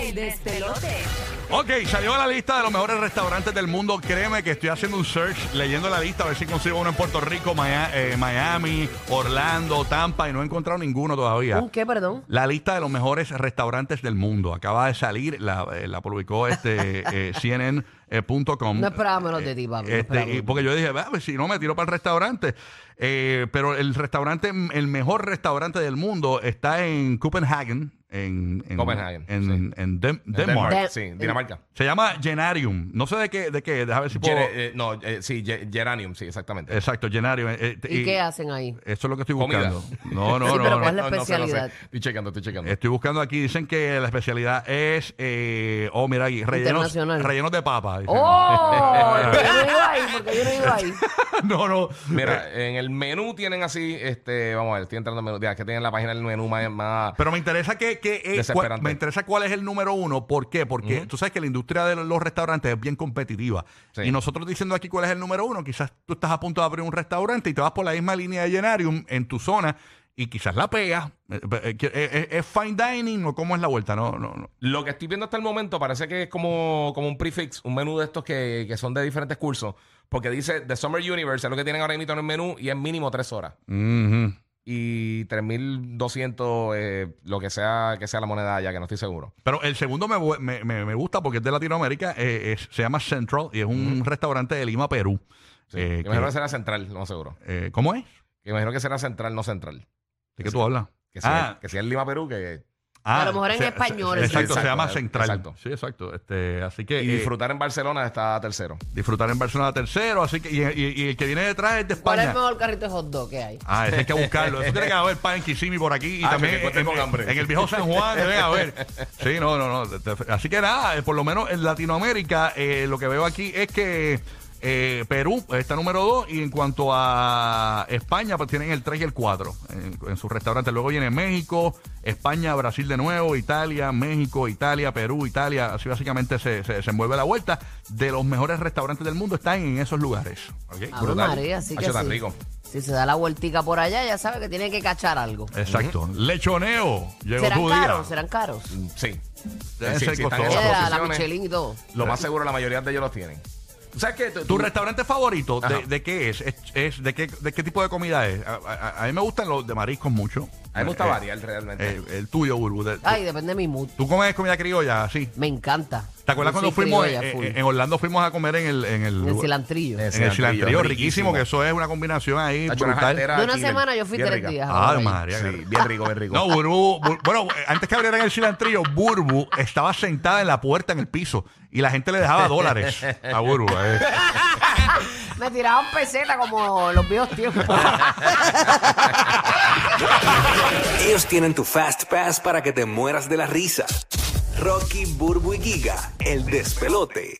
El despelote. Ok, salió la lista de los mejores restaurantes del mundo. Créeme que estoy haciendo un search, leyendo la lista, a ver si consigo uno en Puerto Rico, Maya- eh, Miami, Orlando, Tampa, y no he encontrado ninguno todavía. ¿Un qué, perdón? La lista de los mejores restaurantes del mundo. Acaba de salir, la, eh, la publicó este eh, CNN.com. No esperaba menos de ti, Pablo, no Este, esperaba y menos. porque yo dije, "Ah, pues si no me tiro para el restaurante. Eh, pero el restaurante, el mejor restaurante del mundo está en Copenhagen. En, en- Copenhagen, En, sí. en Den- Denmark. Denmark. De- sí, Dinamarca. Se llama Genarium. No sé de qué, de qué, déjame ver si puedo. Ger- eh, no, eh, sí, Ge- Geranium, sí, exactamente. Exacto, Genarium. eh, eh, ¿Y, qué hacen ahí? Eso es lo que estoy Comida. buscando. No, no, Sí, no. pero no. Este, ¿cuál es la sé, sé. especialidad? Estoy checando, estoy checando. Estoy buscando aquí, dicen que la especialidad es, eh, oh, mira aquí, rellenos, Internacional. rellenos de papa. dicen. ¡Oh! Porque yo no iba ahí, porque yo no iba ahí. no, no. Mira, eh, en el menú tienen así, este, vamos a ver, estoy entrando al menú. Ya, que tienen la página del menú más. más Pero me interesa que, que eh, Desesperante. cuál- me interesa cuál es el número uno. ¿Por qué? Porque tú sabes que la industria de los restaurantes es bien competitiva. Sí. Y nosotros diciendo aquí cuál es el número uno, quizás tú estás a punto de abrir un restaurante y te vas por la misma línea de Llenarium en tu zona y quizás la pegas. Eh, eh, eh, eh, ¿Es fine dining o cómo es la vuelta? No, no, no. Lo que estoy viendo hasta el momento parece que es como, como un prefix, un menú de estos que, que son de diferentes cursos. Porque dice The Summer Universe, es lo que tienen ahora mismo en el menú y es mínimo tres horas. Ujú. Y 3200, eh, lo que sea que sea la moneda allá, que no estoy seguro. Pero el segundo me, bu- me, me- me gusta porque es de Latinoamérica, eh, es- se llama Central y es un restaurante de Lima, Perú. Eh, Sí. Que que- imagino que será central, no seguro. eh, ¿Cómo es? Que imagino que será central, no central. ¿De qué tú hablas? Que sea, Ah, que sea en Lima, Perú, que. ah, A lo mejor en se- se- español, se- sí. Exacto, se Exacto, llama eh, Central. exacto. Sí, exacto. Este, así que Y eh, disfrutar en Barcelona está tercero. disfrutar en Barcelona tercero, así que y, y- y el que viene detrás es de ¿Cuál es España. el mejor carrito de hot dog que hay? Ah, ese hay que buscarlo. Eso tiene que haber pan en Kissimmee por aquí y Ah, también que te en, encuentres con hambre. en el viejo San Juan debe haber. Sí, no, no, no. Te- te- Así que nada, eh, por lo menos en Latinoamérica eh, lo que veo aquí es que eh, Perú está número 2 y en cuanto a España pues tienen el 3 y el 4 en, en sus restaurantes. Luego viene México, España, Brasil de nuevo, Italia, México, Italia, Perú, Italia. Así básicamente se, se desenvuelve la vuelta. De los mejores restaurantes del mundo están en esos lugares. ¿ok? Ave brutal. Ah, pues, María, así Ha que hecho tan sí. rico. Si se da la vueltica por allá, ya sabe que tiene que cachar algo. Exacto. Lechoneo. Llegó ¿Serán tu día. caros? ¿Serán caros? Mm, Sí. Debe Sí, ser sí, están en costoso. esas Mira, la, posiciones. Michelin y todo. Lo más seguro, la mayoría de ellos los tienen. ¿Tú sabes qué? Tú- ¿Tu tú- restaurante favorito Ajá. de, de qué es? es, es- de, qué, ¿De qué tipo de comida es? A, a- a mí me gustan los de mariscos mucho. A mí me gusta Eh, variar realmente. eh, el tuyo, Burbu. de- Ay, depende de mi mood. ¿Tú comes comida criolla así? Me encanta. ¿Te acuerdas Yo soy cuando fuimos criolla, eh, full. eh, en Orlando fuimos a comer en el en el, En el cilantrillo. Es- en el Cilantrillo, cilantrillo, riquísimo, riquísimo. que eso es una combinación ahí Ha hecho una brutal. jartera De una chile. semana yo fui Bien tres rica. días. Ay, Ay, María. Sí, bien rico, bien rico. No, Burbu, Bur- bueno, eh, antes que abrieran el cilantrillo, Burbu estaba sentada en la puerta en el piso y la gente le dejaba dólares a Burbu. eh. Me tiraban peseta como los viejos tiempos. Ellos tienen tu Fast Pass para que te mueras de la risa. Rocky, Burbu y Giga, el despelote.